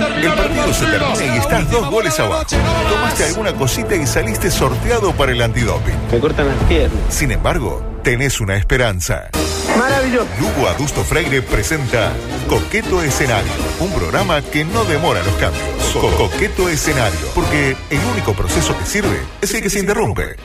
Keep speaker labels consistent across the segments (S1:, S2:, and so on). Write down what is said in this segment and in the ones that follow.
S1: Amigo Superman, estás dos goles abajo. Tomaste alguna cosita y saliste sorteado para el antidoping.
S2: Me cortan las piernas.
S1: Sin embargo, tenés una esperanza.
S3: Maravilloso.
S1: Lugo Adusto Freire presenta Coqueto Escenario, un programa que no demora los cambios. Co- Coqueto Escenario, porque el único proceso que sirve es el que se interrumpe.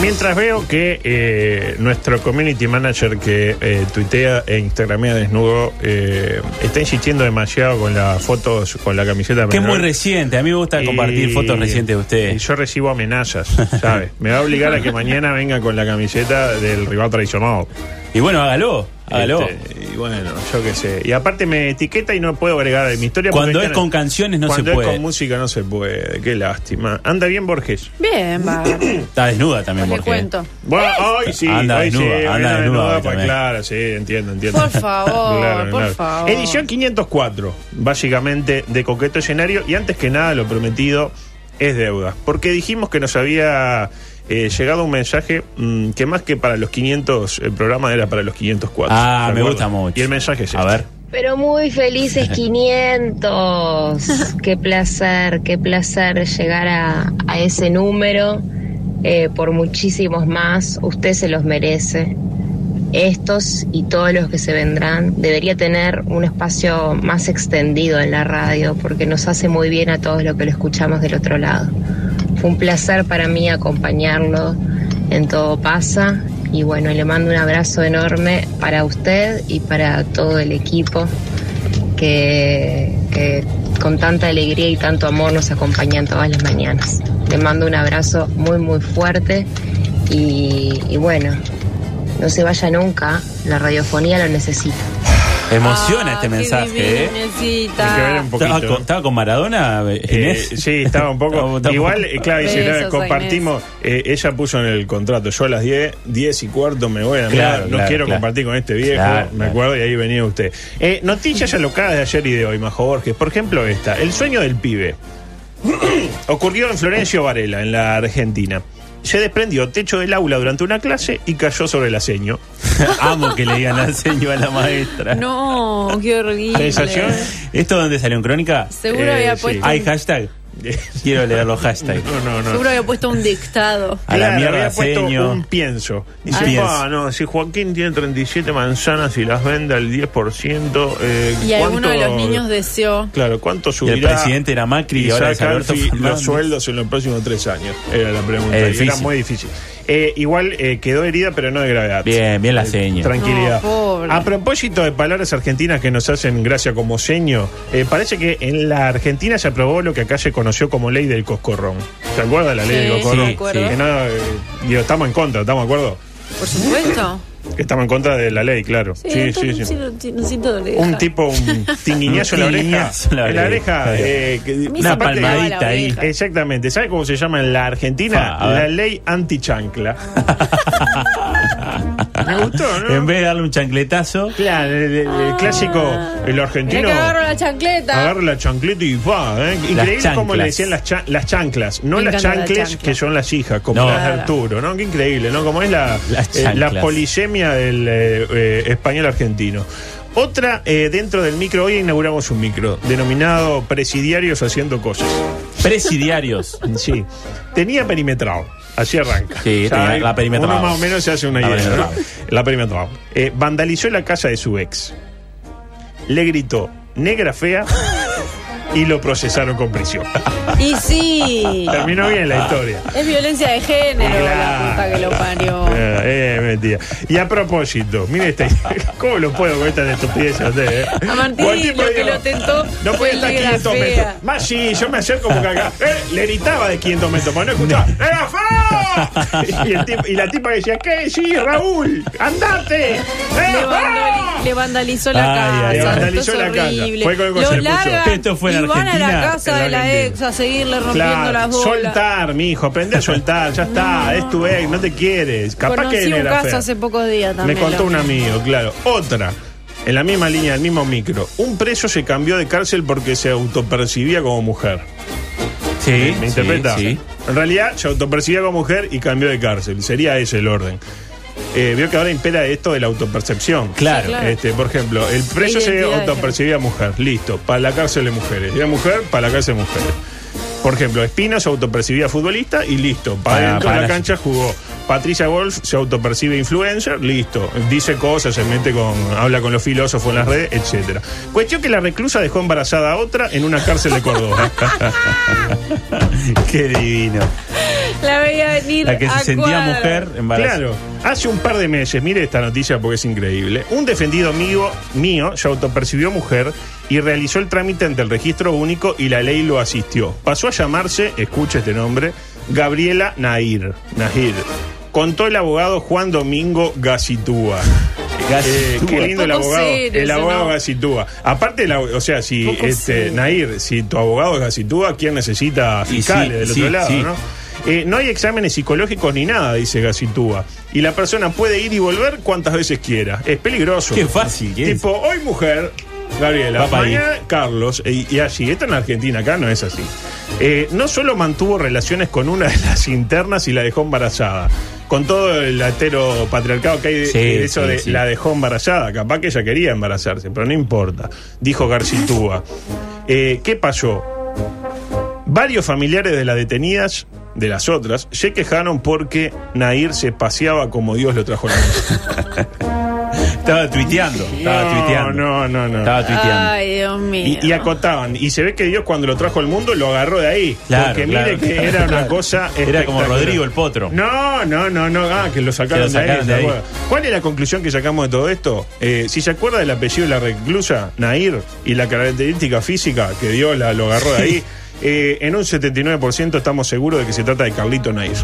S4: Mientras veo que eh, nuestro community manager que eh, tuitea e instagramea desnudo eh, está insistiendo demasiado con las fotos, con la camiseta.
S5: Que es muy
S4: menor.
S5: reciente. A mí me gusta
S4: Y-
S5: compartir fotos recientes
S4: Y
S5: de ustedes.
S4: yo recibo amenazas, ¿sabes? Me va a obligar a que mañana venga con la camiseta del rival traicionado.
S5: Y bueno, hágalo. Hágalo.
S4: Este, y bueno, yo qué sé. Y aparte me etiqueta y no puedo agregar en mi historia. porque
S5: Cuando
S4: está
S5: es
S4: en-
S5: con canciones no se
S4: Cuando es
S5: puede.
S4: con música no se puede. Qué lástima. Anda bien, Borges.
S6: Bien, va. Le
S5: Está desnuda también, ¿eh? porque.
S6: cuento.
S4: Bueno, hoy sí,
S5: Anda
S4: hoy
S5: desnuda,
S4: sí,
S5: anda
S4: viene
S5: desnuda hoy
S4: pues,
S5: también.
S4: claro, sí, entiendo, entiendo.
S6: Por favor, por favor.
S4: Edición 504, básicamente, de Coqueto Escenario. Y antes que nada, lo prometido es deuda. Porque dijimos que nos había eh, llegado un mensaje mm, que más que para los 500, el programa era para los 504.
S5: Ah,
S4: ¿se
S5: me
S4: acuerdan?
S5: gusta mucho.
S4: Y el mensaje es
S5: A
S4: este.
S5: ver.
S7: Pero muy felices 500. qué placer, qué placer llegar a, a ese número eh, por muchísimos más. Usted se los merece. Estos y todos los que se vendrán debería tener un espacio más extendido en la radio porque nos hace muy bien a todos los que lo escuchamos del otro lado. Fue un placer para mí acompañarlo en Todo Pasa. Y bueno, le mando un abrazo enorme para usted y para todo el equipo que, que con tanta alegría y tanto amor nos acompañan todas las mañanas. Le mando un abrazo muy, muy fuerte y, y bueno, no se vaya nunca, la radiofonía lo necesita.
S5: Emociona
S6: Ah,
S5: este
S6: qué
S5: mensaje, ¿eh?
S6: divinecita.
S4: Hay que ver un poquito.
S5: ¿Estaba con, estaba con Maradona,
S4: Eh,
S5: Inés?
S4: sí, estaba un poco.
S5: Estaba-
S4: Igual, eh, claro, dice,
S6: Besos,
S4: no, compartimos. eh, ella puso en el contrato, yo a las 10, 10 y cuarto me voy a mirar,
S5: Claro,
S4: no
S5: claro,
S4: quiero
S5: claro.
S4: compartir con este viejo,
S5: Claro,
S4: me
S5: claro.
S4: acuerdo, y ahí venía usted. Eh, noticias alocadas de ayer y de hoy, Majo Borges. Por ejemplo, esta, el sueño del pibe. Ocurrió en Florencio Varela, en la Argentina. Se desprendió techo del aula durante una clase y cayó sobre el aceño.
S5: Amo que le digan la señora a la maestra.
S6: No, qué horrible.
S4: ¿Sensación?
S5: ¿Esto dónde salió en Crónica?
S6: Seguro
S4: Eh,
S6: había
S4: sí.
S6: puesto.
S5: ¿Hay hashtag? Quiero leer los hashtags.
S4: No, no, no.
S6: Seguro había puesto un dictado.
S5: A la
S4: Claro,
S5: mierda,
S4: había puesto
S5: seño.
S4: un pienso.
S5: Ah.
S4: Dice,
S5: Pienso.
S4: "Pa, no, si Joaquín tiene 37 manzanas y las vende al 10%, eh,
S6: Y alguno de los
S4: ¿cuánto-
S6: niños deseó.
S4: Claro, ¿cuánto
S5: Y
S4: subirá?
S5: el presidente era Macri y ahora es
S4: Isaac
S5: Alberto
S4: Alfi los
S5: Fernández.
S4: sueldos en los próximos tres años? Era la pregunta.
S5: Es
S4: Y era
S5: difícil.
S4: muy difícil. Eh, igual eh, quedó herida, pero no de gravedad. Eh,
S5: Bien, bien la seño.
S4: Tranquilidad.
S6: No, pobre.
S4: a propósito de palabras argentinas que nos hacen gracia como seño, eh, parece que en la Argentina se aprobó lo que acá se conoció como ley del coscorrón. ¿Se acuerda la ley
S6: Sí,
S4: del
S6: sí,
S4: coscorrón?
S6: me acuerdo.
S4: Que no, eh, digo, estamos en contra, estamos de acuerdo.
S6: Por supuesto.
S4: Que estamos en contra de la ley, claro. Sí, sí, sí. Un tipo, un tinguiñazo en la
S5: Un
S4: oreja.
S5: tinguiñazo en la
S4: En la oreja.
S5: oreja.
S4: eh, que-
S6: mí
S5: Una
S6: se me pegaba la
S5: palmadita ahí.
S6: oreja.
S4: Exactamente. ¿Sabe cómo se llama en la Argentina?
S5: Ah, a ver. Ah.
S4: la ley antichancla. Me gustó, ¿no?
S5: En vez de darle un chancletazo,
S4: Claro, el, el- el
S5: Ah.
S4: clásico, el
S6: Ah. Mirá
S4: argentino.
S6: que agarro la chancleta.
S4: Agarra la chancleta y va. ¿eh? Increíble cómo
S5: Las chanclas.
S4: le decían las, cha- las chanclas. No
S6: Me
S4: las
S6: encanta la
S4: chancles
S6: chancla.
S4: que son las hijas, como
S5: No.
S4: las de
S6: Claro.
S4: Arturo, ¿no? Qué increíble, ¿no? Como es la,
S5: Las
S4: eh, la
S5: chanclas.
S4: polisemia del eh, eh, español argentino. Otra, eh, dentro del micro, hoy inauguramos un micro denominado Presidiarios Haciendo Cosas.
S5: presidiarios.
S4: Sí. Tenía perimetrado. Así arranca.
S5: Sí, tenía la perimetrado.
S4: Uno más o menos se hace una
S5: La
S4: idea. ¿no?
S5: perimetrado.
S4: La perimetrado. Eh, vandalizó la casa de su ex. Le gritó, negra fea, y lo procesaron con prisión.
S6: Y sí.
S4: Terminó bien la historia.
S6: Es violencia de género
S4: Claro.
S6: la puta que lo parió.
S4: Eh, eh, mentira. Y a propósito, mire este. ¿Cómo lo puedo con estas estupideces a usted, eh?
S6: A Martín,
S4: Cualquier
S6: lo que
S4: problema.
S6: lo tentó
S4: No
S6: fue
S4: puede estar
S6: negra
S4: 500
S6: fea.
S4: metros. Más sí, yo me acerco porque acá. eh, le gritaba de 500 metros, pero no escuchaba. ¡Era feo! Y, el tipo- y la tipa decía, ¿qué? Sí, Raúl, andate. ¡Eh,
S6: Le,
S4: ¡Era
S6: vandali-
S4: feo!
S6: le vandalizó la
S5: Ay,
S6: casa.
S5: ay, le
S4: ¡Ah! vandalizó
S6: esto es
S4: la casa.
S6: horrible.
S4: Fue con el
S6: Lo
S4: consejo.
S6: largan
S5: Esto fue en
S6: y van a la
S5: Argentina,
S6: casa
S4: en la
S6: de la
S4: Argentina.
S6: ex a seguirle rompiendo las
S4: Claro,
S6: bolas.
S4: soltar, mijo, aprende a soltar, ya está, es tu ex, no te quieres. Capaz que
S6: Conocí un
S4: negra
S6: caso
S4: fea.
S6: hace pocos días también.
S4: Me contó
S6: loco.
S4: un amigo, claro. Otra, en la misma línea, el mismo micro. Un preso se cambió de cárcel porque se autopercibía como mujer.
S5: Sí,
S4: ¿Me interpreta?
S5: Sí,
S4: En realidad, se autopercibía como mujer y cambió de cárcel. Sería ese el orden. eh, vio que ahora impera esto de la autopercepción.
S5: Claro.
S6: Sí, claro.
S4: Este, por ejemplo, el preso se
S6: Identidad de
S4: autopercibía mujer, listo, para la cárcel de mujeres. Era mujer, para la cárcel de mujeres. Por ejemplo, Espino se autopercibía futbolista y listo, para,
S5: Para-
S4: dentro de la
S5: para-
S4: cancha jugó. Patricia Wolf se autopercibe influencer, listo, dice cosas, se mete con, habla con los filósofos en las redes, etcétera. Cuestión que la reclusa dejó embarazada a otra en una cárcel de Córdoba.
S5: Qué divino.
S6: La veía venir.
S5: La que
S6: a
S5: se sentía
S6: cuadro.
S5: mujer embarazada.
S4: Claro, hace un par de meses, mire esta noticia porque es increíble. Un defendido mío, mío se autopercibió mujer y realizó el trámite ante el registro único y la ley lo asistió. Pasó a llamarse, escuche este nombre, Gabriela Nair. Nahir. Contó el abogado Juan Domingo Gacitúa. Eh,
S5: Gacitúa.
S4: qué lindo el
S6: Poco
S4: abogado.
S6: serio
S4: el
S6: ese
S4: abogado
S6: nombre.
S4: Gacitúa. Aparte, la- o sea, si
S6: Poco
S4: este,
S6: serio.
S4: Nair, si tu abogado es Gacitúa, ¿quién necesita
S5: Y
S4: fiscales
S5: sí,
S4: del
S5: sí,
S4: otro lado,
S5: sí.
S4: no? Eh, no hay exámenes psicológicos ni nada, dice Gacitúa. Y la persona puede ir y volver cuantas veces quiera. Es peligroso.
S5: Qué fácil ¿eh? que es.
S4: Tipo, hoy mujer, Gabriela,
S5: Va pa' ahí.
S4: mañana Carlos, y, y así. Esto en Argentina, acá no es así. Eh, no solo mantuvo relaciones con una de las internas y la dejó embarazada. Con todo el heteropatriarcado que hay de,
S5: Sí,
S4: de eso
S5: sí,
S4: de
S5: sí.
S4: la dejó embarazada. Capaz que ella quería embarazarse, pero no importa. Dijo Garcitúa. Eh, ¿Qué pasó? Varios familiares de las detenidas, de las otras, se quejaron porque Nair se paseaba como Dios lo trajo a la mesa.
S5: Estaba tuiteando. Estaba tuiteando.
S4: No, no, no. no.
S5: Estaba tuiteando.
S6: Ay, Dios mío.
S4: Y, y acotaban. Y se ve que Dios cuando lo trajo al mundo lo agarró de ahí.
S5: Claro,
S4: porque mire
S5: claro,
S4: que
S5: claro,
S4: era una
S5: claro.
S4: cosa.
S5: Era como
S4: espectacular.
S5: Rodrigo el Potro.
S4: No, no, no, no. Ah, que lo sacaron,
S5: Que lo sacaron
S4: de
S5: de
S4: ahí.
S5: ahí.
S4: ¿te acuerdas? ¿Cuál es la conclusión que sacamos de todo esto? Eh, si se acuerda del apellido de la reclusa, Nair, y la característica física que Dios la, lo agarró de ahí. eh, en un 79% estamos seguros de que se trata de Carlito Nair,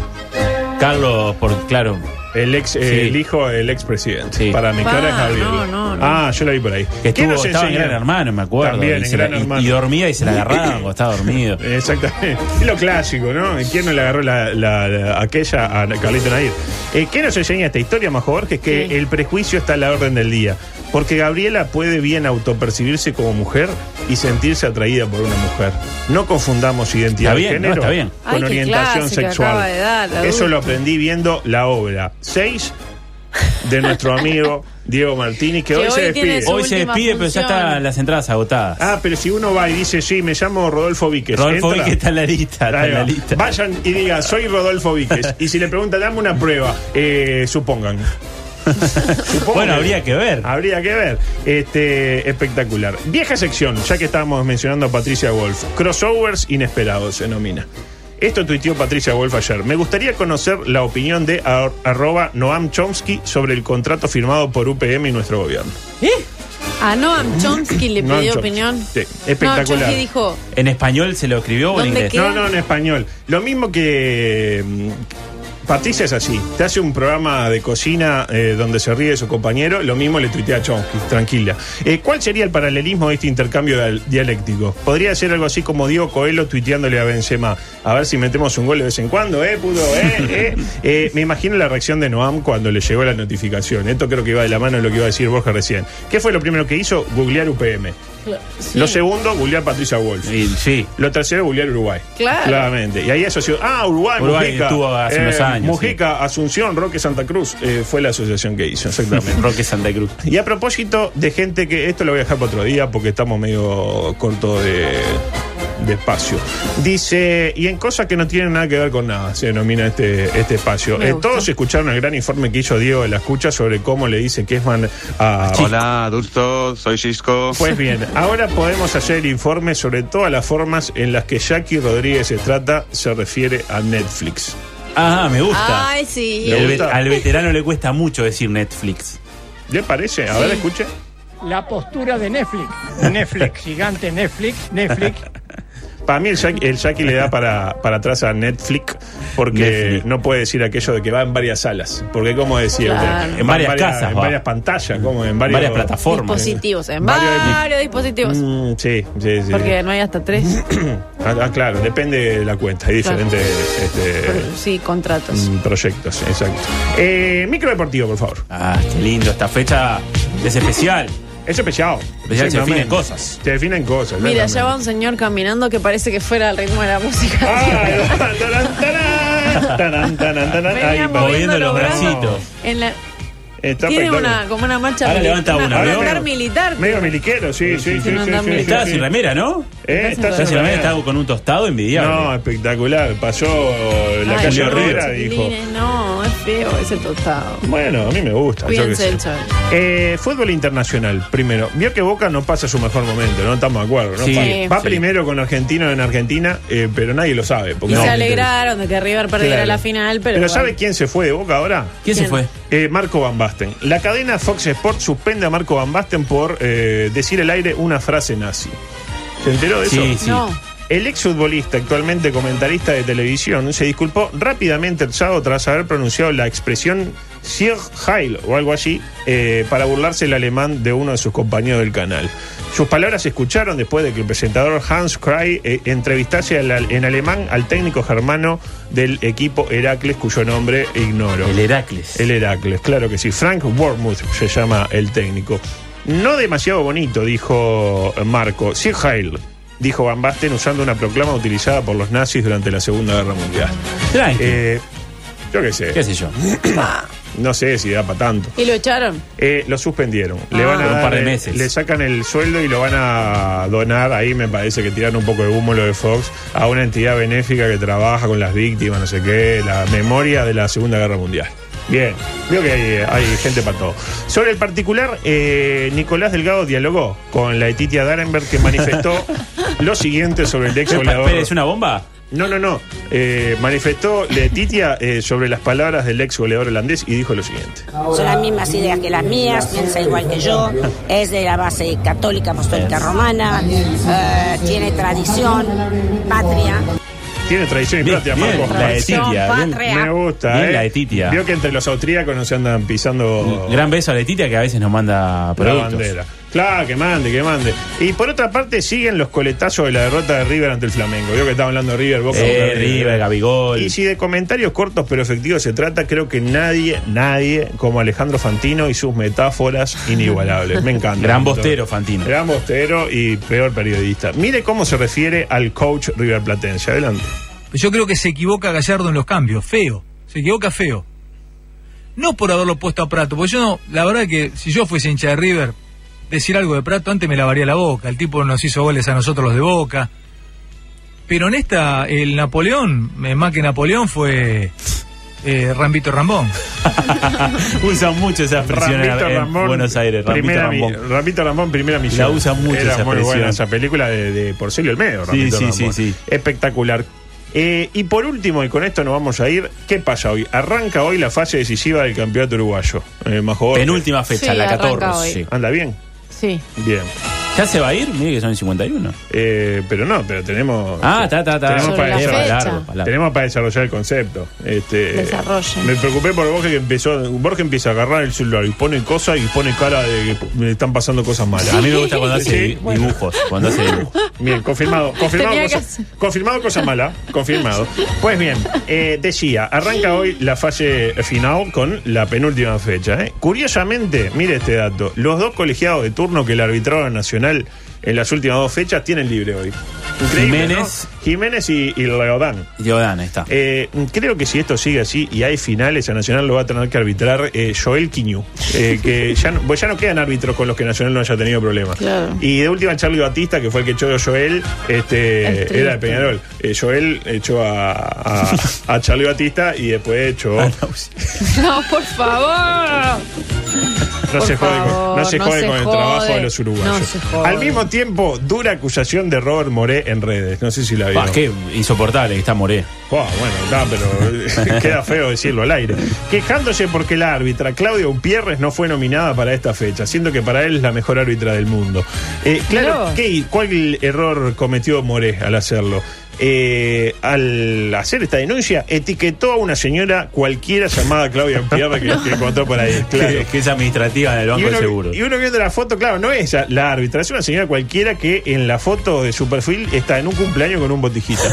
S5: Carlos, por claro.
S4: el ex, eh,
S5: Sí.
S4: el hijo del expresidente.
S5: Sí.
S4: Para mi
S6: Pa,
S4: cara es Javier.
S6: no, no, no.
S4: Ah, yo la vi por ahí.
S5: Que
S4: ¿Qué
S5: estuvo,
S4: nos
S5: estaba en
S4: enseña?
S5: Gran Hermano, me acuerdo.
S4: También,
S5: y,
S4: en
S5: se la-
S4: Gran
S5: y-
S4: Hermano.
S5: y dormía y se la agarraban cuando estaba dormido.
S4: Exactamente. Es lo clásico, ¿no? ¿Quién no le agarró la, la- la- aquella a Carlito Nair? Eh, ¿Qué nos enseña esta historia, Majo Borges? Que
S6: Sí.
S4: el prejuicio está a la orden del día. Porque Gabriela puede bien autopercibirse como mujer y sentirse atraída por una mujer. No confundamos identidad
S5: Está bien,
S4: de género
S5: no, está bien.
S4: con
S6: Ay, qué
S4: orientación
S6: clase que acaba
S4: sexual.
S6: de dar,
S4: Eso
S6: la adulta.
S4: lo aprendí viendo la obra 6 de nuestro amigo Diego Martini, que,
S6: Que
S4: hoy, se
S6: hoy tiene
S4: despide.
S6: su
S5: Hoy se
S6: última
S5: despide, pero ya
S6: función.
S5: están las entradas agotadas.
S4: Ah, pero si uno va y dice, sí, me llamo Rodolfo Víquez.
S5: Rodolfo
S4: ¿entra?
S5: que está en la lista. Está
S4: Ahí
S5: en
S4: va.
S5: la lista.
S4: Vayan y digan, soy Rodolfo Víquez. Y si le preguntan, dame una prueba, eh, supongan. Supongan.
S5: Bueno, habría que ver.
S4: Habría que ver. Este, espectacular. Vieja sección, ya que estábamos mencionando a Patricia Wolf. Crossovers inesperados se nomina. Esto tuiteó Patricia Wolf ayer. Me gustaría conocer la opinión de ar- arroba Noam Chomsky sobre el contrato firmado por UPM y nuestro gobierno.
S6: ¿Eh? A Noam Chomsky le
S4: Noam
S6: pidió
S4: Chomsky.
S6: opinión.
S4: Sí, espectacular.
S6: Noam Chomsky dijo,
S5: ¿En español se lo escribió o en
S6: ¿Dónde
S5: inglés?
S6: queda?
S4: No, no, en español. Lo mismo que. mm, Patricia es así. Te hace un programa de cocina eh, donde se ríe de su compañero. Lo mismo le tuitea a Chomsky, tranquila. Eh, ¿Cuál sería el paralelismo de este intercambio dial- dialéctico? Podría ser algo así como Diego Coelho tuiteándole a Benzema. A ver si metemos un gol de vez en cuando, ¿eh, pudo? ¿Eh? ¿Eh? Eh, me imagino la reacción de Noam cuando le llegó la notificación. Esto creo que iba de la mano de lo que iba a decir Borja recién. ¿Qué fue lo primero que hizo? Googlear UPM.
S6: sí,
S4: Lo segundo, googlear Patricia Wolf.
S5: Y- sí.
S4: Lo tercero, googlear Uruguay.
S6: Claro.
S4: Claramente. Y ahí asoció. Ah, Uruguay,
S5: Uruguay
S4: Mujica. Eh,
S5: estuvo hace unos años,
S4: Mujica, Asunción, Roque Santa Cruz. eh, fue la asociación que hizo, exactamente.
S5: Roque Santa Cruz.
S4: y a propósito de gente que. Esto lo voy a dejar para otro día porque estamos medio cortos de, de espacio. Dice. Y en cosas que no tienen nada que ver con nada, se denomina este, este espacio.
S6: Me
S4: Eh,
S6: gusta.
S4: todos escucharon el gran informe que hizo Diego de la escucha sobre cómo le dice Kessman a.
S2: Hola, adulto, soy Cisco.
S4: Pues bien, ahora podemos hacer el informe sobre todas las formas en las que Jackie Rodríguez se trata se refiere a Netflix.
S5: Ah, me gusta.
S6: Ay, sí.
S4: ¿Le
S5: El
S4: gusta?
S5: ve- al veterano le cuesta mucho decir Netflix.
S4: ¿Le parece? A ver, escuche.
S3: la postura de Netflix. Netflix, gigante Netflix, Netflix.
S4: Para mí el Jackie, el Jackie le da para, para atrás a Netflix porque
S5: Netflix.
S4: no puede decir aquello de que va en varias salas. Porque como decía usted,
S6: Claro.
S4: va
S5: En varias casas
S4: En
S5: va.
S4: varias pantallas, como en varios-
S5: Varias plataformas.
S6: dispositivos, en
S4: Varios-
S6: varios dispositivos.
S4: Mm, sí, sí, sí.
S6: Porque no hay hasta tres,
S4: Ah, ah, claro, depende de la cuenta. Hay
S6: Claro.
S4: diferentes este,
S6: pero sí, contratos.
S4: mm, proyectos, exacto. Eh, micro deportivo, por favor.
S5: Ah, qué lindo. Esta fecha es especial.
S4: Es especial.
S5: Especial, se definen
S4: Exactamente.
S5: cosas.
S4: Se definen cosas.
S6: Mira,
S4: exactamente.
S6: allá va un señor caminando que parece que fuera al ritmo de la música.
S4: Ah, tarán, tarán, tarán, tarán, tarán, tarán.
S6: Venía
S4: Ahí va.
S5: moviendo los
S6: brazos
S5: bracitos.
S6: en la-
S4: Está
S6: Tiene
S4: espectacular.
S6: una, como una marcha
S5: Ahora
S6: mili-
S5: levanta una,
S6: un
S5: ¿no?
S6: andar
S4: medio-
S6: militar.
S4: Medio miliquero, sí, sí, sí.
S6: un
S4: sí,
S6: andar
S4: sí,
S6: militar.
S5: Estaba
S4: sí, sí.
S5: sin remera, ¿no?
S4: Eh,
S6: Está
S4: está
S5: Estaba sin
S4: sin
S5: remera,
S4: remera.
S5: estaba con un tostado envidiable.
S4: No, espectacular. Pasó la
S6: Ay,
S4: calle
S6: no,
S4: Herrera, dijo.
S6: chiquilines, No, es feo ese tostado.
S4: Bueno, a mí me gusta. yo qué
S6: Cuídense
S4: sé.
S6: el sol.
S4: Eh, fútbol internacional, primero. Vio que Boca no pasa su mejor momento, ¿no? Estamos de acuerdo, ¿no?
S5: Sí,
S4: va va
S5: sí.
S4: primero con Argentino en Argentina, eh, pero nadie lo sabe.
S6: Y
S4: Porque
S5: No,
S6: se
S5: me
S6: alegraron de que River perdiera
S4: Claro.
S6: la final, pero.
S4: Pero
S6: bueno.
S4: ¿sabe quién se fue de Boca ahora?
S5: ¿Quién se fue?
S4: Eh, Marco Van Basten. La cadena Fox Sports suspende a Marco Van Basten por eh, decir al aire una frase nazi. ¿Se enteró de
S5: Sí,
S4: eso?
S5: sí.
S6: No.
S4: El exfutbolista, actualmente comentarista de televisión, se disculpó rápidamente el sábado tras haber pronunciado la expresión Sieg Heil o algo así eh, para burlarse el alemán de uno de sus compañeros del canal. Sus palabras se escucharon después de que el presentador Hans Krei eh, entrevistase al- al- en alemán al técnico germano del equipo Heracles, cuyo nombre ignoro.
S5: El Heracles.
S4: El Heracles, claro que sí. Frank Wormuth se llama el técnico. No demasiado bonito, dijo Marco. Sir Heil, dijo Van Basten usando una proclama utilizada por los nazis durante la Segunda Guerra Mundial.
S5: Tranqui.
S4: Eh, yo qué
S5: ¿Qué
S4: sé,
S5: sé yo?
S4: no sé si da para tanto.
S6: Y lo echaron.
S4: Eh, lo suspendieron. le
S6: Ah.
S4: van a
S5: Por un
S4: dar,
S5: par de
S4: eh,
S5: meses.
S4: Le sacan el sueldo y lo van a donar. Ahí me parece que tiran un poco de humo lo de Fox a una entidad benéfica que trabaja con las víctimas, no sé qué, la memoria de la Segunda Guerra Mundial. Bien, veo que hay, hay gente para todo. Sobre el particular, eh, Nicolás Delgado dialogó con la Etitia Darenberg que manifestó lo siguiente sobre el ex
S5: Espera,
S4: goleador.
S5: espera, ¿Es una bomba?
S4: No, no, no. Eh, manifestó Letitia eh, sobre las palabras del ex goleador holandés y dijo lo siguiente.
S8: Son las mismas ideas que las mías, piensa igual que yo, es de la base católica, apostólica romana, eh, tiene tradición, patria.
S4: Tiene tradición y
S5: Bien,
S4: patria,
S5: bien,
S4: Marco.
S5: la de Titia. bien.
S8: patria.
S4: Me gusta,
S5: Bien
S4: ¿eh?
S5: la de Titia. Mm,
S4: Vio que entre los austríacos no se andan pisando
S5: Gran beso a Letitia que a veces nos manda
S4: Oh. la
S5: productos.
S4: bandera. Claro, que mande, que mande. Y por otra parte, siguen los coletazos de la derrota de River ante el Flamengo. Vio que estaba hablando de River, Boca.
S5: Eh,
S4: Boca,
S5: River, Gabigol.
S4: Y si de comentarios cortos pero efectivos se trata, creo que nadie, nadie como Alejandro Fantino y sus metáforas inigualables. Me encanta.
S5: Gran bostero, Fantino.
S4: Gran bostero y peor periodista. Mire cómo se refiere al coach River Platense. Adelante.
S9: Yo creo que se equivoca Gallardo en los cambios, feo, se equivoca feo. No por haberlo puesto a Prato, porque yo no, la verdad que si yo fuese hincha de River, decir algo de Prato antes me lavaría la boca, el tipo nos hizo goles a nosotros los de Boca. Pero en esta, el Napoleón, eh, más que Napoleón, fue eh, Rambito Rambón.
S5: usan mucho esa expresión en,
S4: Rambito
S5: en
S4: Ramón,
S5: Buenos Aires. Rambito
S4: primera
S5: Ramón.
S4: mi- Rambito Ramón, primera misión.
S5: La usa mucho
S4: Era
S5: esa
S4: muy
S5: expresión.
S4: buena esa película de, de Porcelio Olmedo.
S5: Sí,
S4: Rambito
S5: sí,
S4: Ramón.
S5: sí, sí.
S4: Espectacular. Eh, y por último, y con esto nos vamos a ir, ¿qué pasa hoy? Arranca hoy la fase decisiva del campeonato uruguayo. Eh, Majo Borges.
S5: Penúltima fecha,
S6: Sí,
S5: la
S6: arranca
S5: 14.
S6: hoy.
S4: ¿Anda bien?
S6: Sí.
S4: Bien.
S5: ¿Ya se va a ir? Mire que son el 51.
S4: Eh, pero no, pero tenemos.
S5: Ah, está, está, está.
S4: Tenemos
S6: Sobre
S4: para,
S6: la
S4: desarrollar,
S6: fecha.
S5: largo, para largo.
S4: tenemos para desarrollar el concepto. Este,
S6: Desarrollen.
S4: Me preocupé por Borges que empezó. Borges empieza a agarrar el celular y pone cosas y pone cara de que me están pasando cosas malas.
S5: A mí me gusta cuando hace
S4: Sí,
S5: di-
S4: bueno.
S5: dibujos. Cuando hace dibujos.
S4: Bien, confirmado. Confirmado,
S6: Tenía que
S4: cosa,
S6: hacer.
S4: confirmado cosa mala. Confirmado. Pues bien, eh, decía, arranca hoy la fase final con la penúltima fecha. ¿eh? Curiosamente, mire este dato: los dos colegiados de turno que el arbitrado nacional en las últimas dos fechas tienen libre hoy. Increíble, ¿no?
S5: Jiménez.
S4: Jiménez y, y Leodán.
S5: Giordano, ahí está.
S4: Eh, creo que si esto sigue así y hay finales, a Nacional lo va a tener que arbitrar eh, Joel Quiñú. eh, que ya no, pues ya no quedan árbitros con los que Nacional no haya tenido problemas.
S6: Claro.
S4: Y de última, Charlie Batista, que fue el que echó a Joel,
S6: Es
S4: este,
S6: triste.
S4: era de Peñarol. Eh, Joel echó a, a, a Charlie Batista y después echó.
S5: Ah,
S4: No,
S5: no, sí.
S6: No, por favor. por
S4: se jode, con, no
S6: favor,
S4: se
S6: no
S4: jode
S6: se
S4: con el
S6: jode.
S4: trabajo de los uruguayos.
S6: No se jode.
S4: Al mismo tiempo, dura acusación de Robert Moré en redes. No sé si la vieron.
S5: Bah, qué insoportable que está Moré.
S4: Buah, bueno, está, pero eh, queda feo decirlo al aire. Quejándose porque la árbitra Claudia Umpierres no fue nominada para esta fecha, siendo que para él es la mejor árbitra del mundo. Eh,
S6: Mirá
S4: claro,
S6: vos.
S4: ¿qué- ¿cuál error cometió Moré al hacerlo? Eh, al hacer esta denuncia, etiquetó a una señora cualquiera llamada Claudia Umpierres que, que encontró por ahí. Claro.
S5: Que, que es administrativa del Banco
S4: Y uno,
S5: de Seguros.
S4: y uno viendo la foto, claro, no es la- la árbitra, es una señora cualquiera que en la foto de su perfil está en un cumpleaños con un botijita.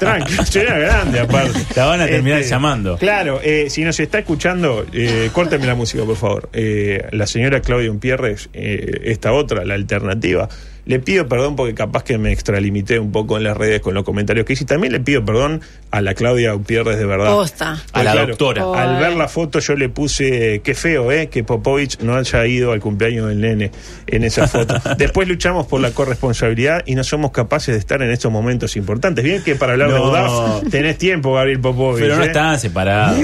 S4: Tranqui, señora grande aparte. Este,
S5: La van a terminar llamando.
S4: Claro, eh, si nos está escuchando, eh, córteme la música, por favor. Eh, la señora Claudia Umpierres, eh, esta otra, la alternativa. Le pido perdón porque capaz que me extralimité un poco en las redes con los comentarios que hice. Y también le pido perdón a la Claudia Gutiérrez de verdad.
S6: Posta.
S5: A la doctora.
S4: Al
S6: Ay.
S4: ver la foto yo le puse, qué feo, ¿eh? Que Popovich no haya ido al cumpleaños del nene en esa foto. Después luchamos por la corresponsabilidad y no somos capaces de estar en estos momentos importantes. Bien que para hablar de
S5: No.
S4: UDAF tenés tiempo, Gabriel Popovich.
S5: Pero no
S4: ¿eh?
S5: están separados.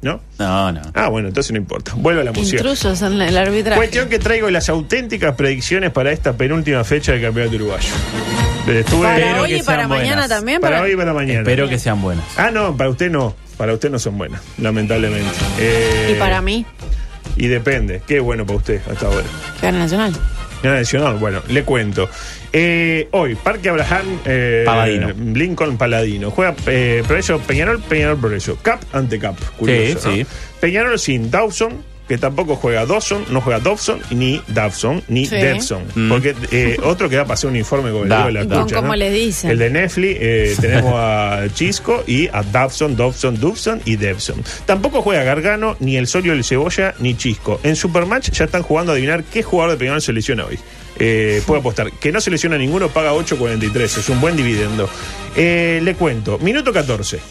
S4: ¿No?
S5: No, no.
S4: Ah, bueno, entonces no importa. Vuelvo a la música.
S6: Intrusos en el arbitraje.
S4: Cuestión que traigo las auténticas predicciones para esta penúltima fecha del Campeonato Uruguayo. Eh, estuve-
S6: para
S5: Espero
S6: hoy
S5: que
S6: y para
S5: sean
S6: mañana
S5: buenas.
S6: también.
S4: para
S6: para-
S4: hoy y para mañana.
S5: Espero que sean buenas.
S4: Ah, no, para usted no. Para usted no son buenas, lamentablemente. Eh,
S6: Y para mí,
S4: Y depende. Qué bueno para usted hasta ahora.
S6: Gana Nacional.
S4: Nada adicional, bueno, le cuento. Eh, hoy, Parque Abraham eh,
S5: Paladino.
S4: Lincoln Paladino. Juega eh, Progreso Peñarol, Peñarol Progreso. Cap ante Cap. Curioso,
S5: Sí,
S4: ¿no?
S5: sí.
S4: Peñarol sin Dawson, que tampoco juega Dawson, no juega Dawson, ni Dawson, ni
S6: Sí.
S4: Debson.
S5: Mm.
S4: Porque eh, otro que va a pasar un informe con el
S5: Da-
S4: dedo de la
S6: Y con
S4: cucha,
S6: cómo
S4: ¿no?
S6: les dicen.
S4: El de Netflix eh, tenemos a Chisco y a Dawson, Dobson, Dubson y Debson. Tampoco juega Gargano, ni el Solio, el Cebolla, ni Chisco. En Supermatch ya están jugando a adivinar qué jugador de Peñarol se lesiona hoy. Eh, puede apostar. Que no se lesiona ninguno, paga 8.43. Es un buen dividendo. Eh, le cuento. Minuto 14. Es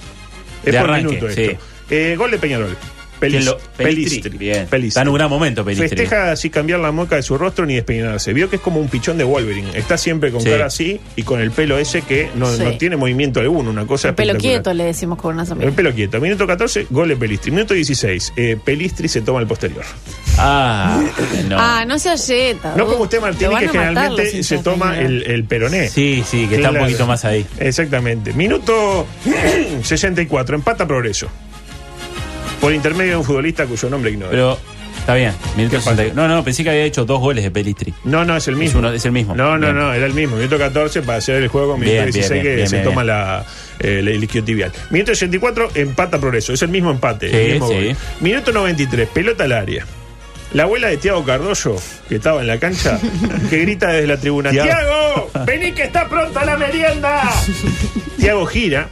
S5: De
S4: por
S5: arranque,
S4: minuto esto.
S5: sí.
S4: Eh, gol de Peñarol. Pelis-
S5: ¿Quién lo-
S4: Pelistri.
S5: Bien.
S4: Pelistri.
S5: Está en un gran momento, Pelistri.
S4: Festeja sin cambiar la mueca de su rostro ni despeinarse. Vio que es como un pichón de Wolverine. Está siempre con
S5: Sí.
S4: cara así y con el pelo ese que no,
S6: Sí.
S4: no tiene movimiento alguno. Una cosa
S6: El pelo
S4: espectacular.
S6: quieto le decimos con unas
S4: El
S6: amigas.
S4: pelo quieto. Minuto 14, gol de Pelistri. Minuto 16, eh, Pelistri se toma el posterior.
S5: Ah, no.
S6: Ah, no se ayeta.
S4: No como usted, Martini, que generalmente se toma el, el peroné.
S5: Sí, sí, que está un
S4: Claro.
S5: poquito más ahí.
S4: Exactamente. Minuto 64, empata progreso. Por intermedio de un futbolista cuyo nombre ignoro.
S5: Pero está bien.
S4: ¿Qué
S5: Minuto
S4: pasa?
S5: 60. No, no, pensé que había hecho dos goles de Pelistri.
S4: No, no, es el mismo.
S5: Es uno- es el mismo.
S4: No, no,
S5: Bien.
S4: no, era el mismo. Minuto 14 para hacer el juego, minuto
S5: Bien,
S4: 16
S5: bien,
S4: que
S5: bien, bien,
S4: se
S5: bien,
S4: toma
S5: bien.
S4: la eh, el isquiotibial. Minuto 84, empata progreso. Es el mismo empate. el
S5: Sí,
S4: mismo gol.
S5: sí.
S4: Minuto 93, pelota al área. La abuela de Tiago Cardoso, que estaba en la cancha, que grita desde la tribuna:
S5: Tiago.
S4: ¡Tiago! ¡Vení que está pronta la merienda! Tiago gira.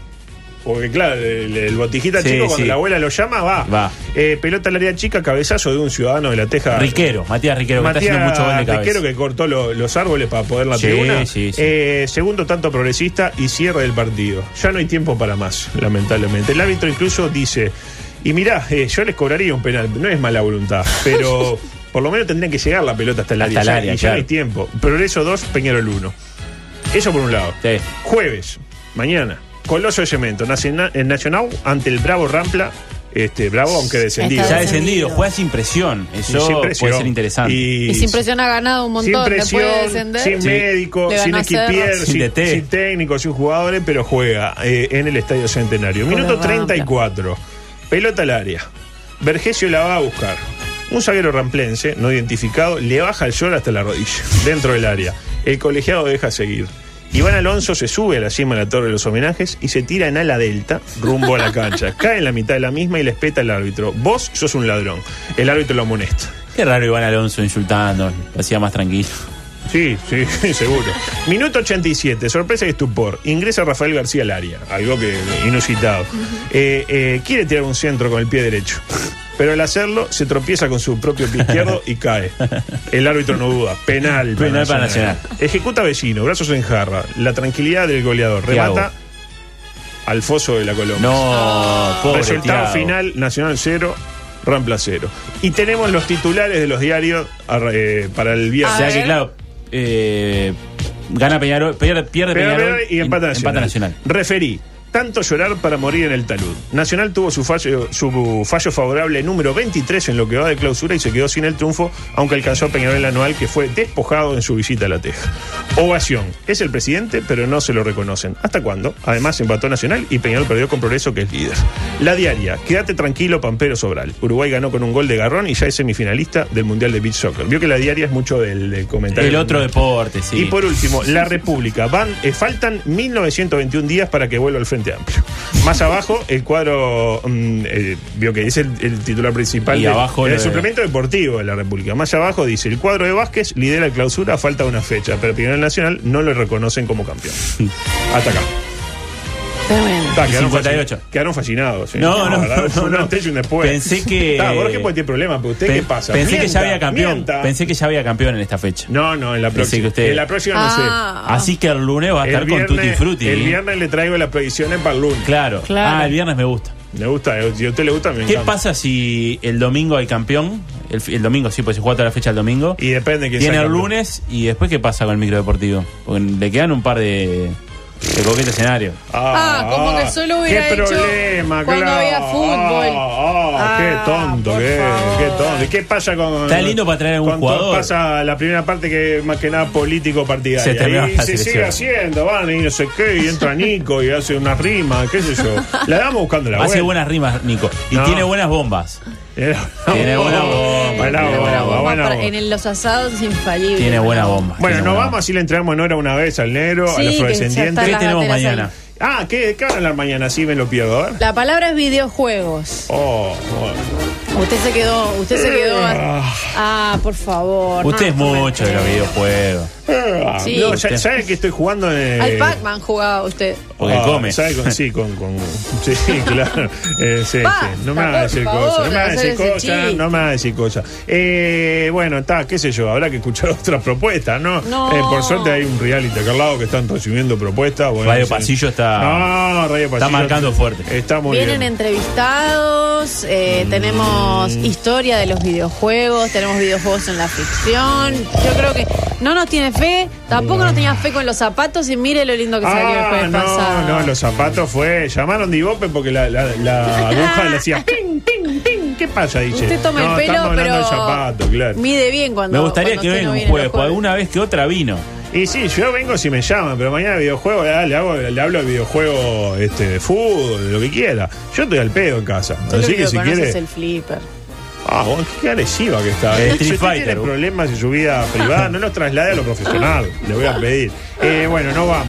S4: Porque claro, el, el botijita
S5: Sí,
S4: chico, cuando
S5: sí.
S4: la abuela lo llama, va.
S5: Va.
S4: Eh, pelota al área chica, cabezazo de un ciudadano de la Teja.
S5: Riquero, Matías Riquero, que está haciendo
S4: Matías
S5: mucho gol de cabeza.
S4: Riquero que cortó lo- los árboles para poder la
S5: Sí,
S4: tribuna.
S5: sí, sí.
S4: Eh, segundo tanto progresista y cierre del partido. Ya no hay tiempo para más, lamentablemente. El árbitro incluso dice, y mirá, eh, yo les cobraría un penal, no es mala voluntad, pero por lo menos tendrían que llegar la pelota hasta el
S5: Hasta
S4: área.
S5: el
S4: ya-
S5: área,
S4: y ya no
S5: claro.
S4: hay tiempo. Progreso 2, Peñarol 1. Eso por un lado.
S5: Sí.
S4: Jueves, mañana, Coloso de Cemento, Nacional, el Nacional ante el Bravo Rampla. Este, bravo, aunque descendido.
S5: Ya
S6: Está
S5: descendido,
S6: descendido.
S5: juega sin presión. Eso
S4: Sin presión.
S5: puede ser interesante.
S4: Y-
S6: Y sin presión ha ganado un
S4: sin
S6: montón.
S4: presión,
S6: después de descender.
S4: sin
S5: Sí.
S4: médico,
S6: Le
S4: sin
S6: ganó a Cerro.
S4: equipier,
S5: Sin
S4: sin,
S5: DT.
S4: sin técnico, sin jugadores, pero juega eh, en el Estadio Centenario.
S6: Con
S4: Minuto
S6: la Rampla.
S4: 34. Pelota al área. Vergesio la va a buscar. Un zaguero ramplense, no identificado, le baja el short hasta la rodilla, dentro del área. El colegiado deja seguir. Iván Alonso se sube a la cima de la torre de los homenajes y se tira en ala delta rumbo a la cancha. Cae en la mitad de la misma y le espeta el árbitro. Vos sos un ladrón. El árbitro lo amonesta.
S5: Qué raro Iván Alonso insultando. Lo hacía más tranquilo.
S4: Sí, sí, seguro. Minuto 87, sorpresa y estupor. Ingresa Rafael García al área, algo que inusitado. Eh, eh, quiere tirar un centro con el pie derecho, pero al hacerlo se tropieza con su propio pie izquierdo y cae. El árbitro no duda, penal.
S5: Penal para
S4: Ejecuta Vecino, brazos en jarra, la tranquilidad del goleador. Remata
S5: Thiago.
S4: al foso de la Colombia.
S5: No, pobre
S4: Resultado
S5: Thiago.
S4: final, Nacional 0, Rampla 0. Y tenemos los titulares de los diarios arra- eh, para el
S5: O
S4: viernes.
S5: sea
S6: A
S5: que,
S6: ver.
S5: claro, eh, gana Peñarol, pierde, pierde
S4: Pero,
S5: Peñarol,
S4: pero, y empata nacional. Referí. Tanto llorar para morir en el talud. Nacional tuvo su fallo, su fallo favorable número 23 en lo que va de clausura y se quedó sin el triunfo, aunque alcanzó a Peñarol el anual, que fue despojado en su visita a la Teja. Ovación. Es el presidente, pero no se lo reconocen. ¿Hasta cuándo? Además, empató Nacional y Peñarol perdió con Progreso, que es líder. La diaria. Quédate tranquilo, Pampero Sobral. Uruguay ganó con un gol de Garrón y ya es semifinalista del Mundial de Beach Soccer. Vio que la diaria es mucho del, del comentario.
S5: El otro deporte, sí.
S4: Y por último, La República. Van, eh, faltan 1921 días para que vuelva al Frente Amplio. Más abajo, el cuadro, mm, eh, vio que es el, el titular principal
S5: Y
S4: del-
S5: abajo
S4: del
S5: lo de-
S4: suplemento deportivo de La República. Más abajo dice, el cuadro de Vázquez lidera clausura, falta una fecha, pero Primero Nacional no lo reconocen como campeón. Hasta acá.
S6: Tremendo.
S4: Ta, quedaron
S5: 58.
S4: fascin- Quedaron fascinados. sí.
S5: No,
S4: la
S5: no,
S4: verdad,
S5: no,
S4: un
S5: no.
S4: antes y un después.
S5: Pensé que-
S4: Ta, Borges puede tener problemas, pero ¿usted
S5: Pe-
S4: qué pasa?
S5: Pensé que ya
S4: Mienta,
S5: había campeón.
S4: mienta.
S5: Pensé que ya había campeón en esta fecha.
S4: No, no, en la
S5: Pensé que
S4: próxima.
S5: usted-
S4: En la próxima no sé.
S6: Ah.
S5: Así que el lunes va a
S4: El
S5: estar con Tutti
S4: viernes-
S5: Frutti.
S4: El
S5: ¿eh?
S4: viernes le traigo las predicciones para el lunes.
S5: Claro.
S6: Claro.
S5: Ah, el viernes me gusta.
S4: Me gusta, eh, si a usted le gusta, me
S5: ¿Qué
S4: encanta.
S5: pasa si el domingo hay campeón? El, fi- el domingo, sí, pues se juega toda la fecha el domingo.
S4: Y depende quién
S5: Tiene
S4: sea
S5: el
S4: campeón.
S5: lunes y después qué pasa con el micro deportivo. Porque le quedan un par de, de coquetes escenarios.
S6: Ah, como que solo hubiera
S4: ¿Qué
S6: hecho
S4: problema,
S6: cuando
S4: claro.
S6: había fútbol.
S4: Ah, ah,
S6: Ah,
S4: qué tonto
S6: por
S4: que es,
S6: favor.
S4: qué tonto. ¿Y qué pasa con
S5: Está lindo para traer a un
S4: cuando
S5: jugador.
S4: pasa la primera parte que es más que nada político
S5: Se terminó
S4: partidaria y
S5: la
S4: se sigue
S5: selección.
S4: haciendo, van y no sé qué y entra Nico y hace unas rimas, qué sé yo. La damos buscando la
S5: Hace
S4: vuelta.
S5: buenas rimas, Nico. Y
S4: No.
S5: tiene buenas bombas. Tiene
S4: Tiene
S5: buena bomba,
S4: buena
S5: tiene buena
S4: bomba,
S5: bomba
S4: buena
S6: Para-
S4: bomba.
S6: en el- los asados es infalible.
S5: Tiene buenas bombas.
S4: Bueno,
S5: tiene
S4: nos
S5: buenas
S4: vamos así le entregamos en hora una vez al negro,
S6: Sí,
S4: al
S6: que ya
S4: afrodescendiente.
S6: está
S5: bombas. ¿Qué
S6: las
S5: tenemos
S6: banderas
S5: mañana?
S4: Ah, ¿qué, ¿qué van a hablar mañana? Sí, me lo pierdo, a ver.
S6: La palabra es videojuegos.
S4: Oh, bueno.
S6: Usted se quedó, usted se quedó. a- Ah, por favor.
S5: Usted
S6: no,
S5: es
S6: no me
S5: mucho de los
S6: creo.
S5: videojuegos.
S4: Ah,
S6: Sí.
S4: No, ya- ¿sabe que estoy jugando en.
S6: Al Pac-Man jugaba usted.
S5: Porque
S4: Ah,
S5: come.
S4: ¿sabe con- sí, con, con- Sí, claro. Eh, sí, sí. No me va a
S6: por
S4: decir
S6: favor,
S4: cosas. No me va a
S6: hacer
S4: decir
S6: ese
S4: cosas.
S6: chiste.
S4: No me va a decir cosas. Eh, bueno, está, qué sé yo. Habrá que escuchar otras propuestas, ¿no?
S6: No.
S4: Eh, por suerte hay un reality acá al lado que están recibiendo propuestas. bueno,
S5: Radio
S4: sí.
S5: Pasillo está-
S4: No, Radio Pasillo.
S5: marcando fuerte.
S4: Está muy
S6: Vienen
S4: bien. Mm.
S6: entrevistados, eh, tenemos historia de los videojuegos, tenemos videojuegos en la ficción. Yo creo que no nos tiene fe, tampoco nos tenía fe con los zapatos y mire lo lindo que salió el
S4: Ah,
S6: jueves
S4: no,
S6: pasado.
S4: no, los zapatos fue. Llamaron de Ivope porque la, la, la aguja le hacía ping, ping, ping. ¿Qué pasa, dice?
S6: Ah. Usted toma
S4: no,
S6: el pelo,
S4: estamos hablando
S6: pero
S4: del zapato, claro.
S6: mide bien cuando
S5: Me gustaría
S6: cuando
S5: que
S6: usted
S5: venga
S6: no
S5: un
S6: viene
S5: jueves,
S6: los
S5: porque
S6: jueves.
S5: alguna vez que otra vino.
S4: Y sí, yo vengo si me llaman, pero mañana videojuego, ah, le, hago, le hablo de videojuego este, de fútbol, de lo que quiera. Yo estoy al pedo en casa.
S6: Yo lo
S4: así
S6: único
S4: que
S6: que
S4: si
S6: conozco
S4: quiere.
S6: es el flipper.
S4: Ah, vos, qué agresiva que está. ¿eh? Si
S5: El Street
S4: usted
S5: Fighter,
S4: tiene
S5: vos.
S4: problemas en su vida privada, no los traslade a lo profesional. Le voy a pedir. Eh, bueno, no vamos.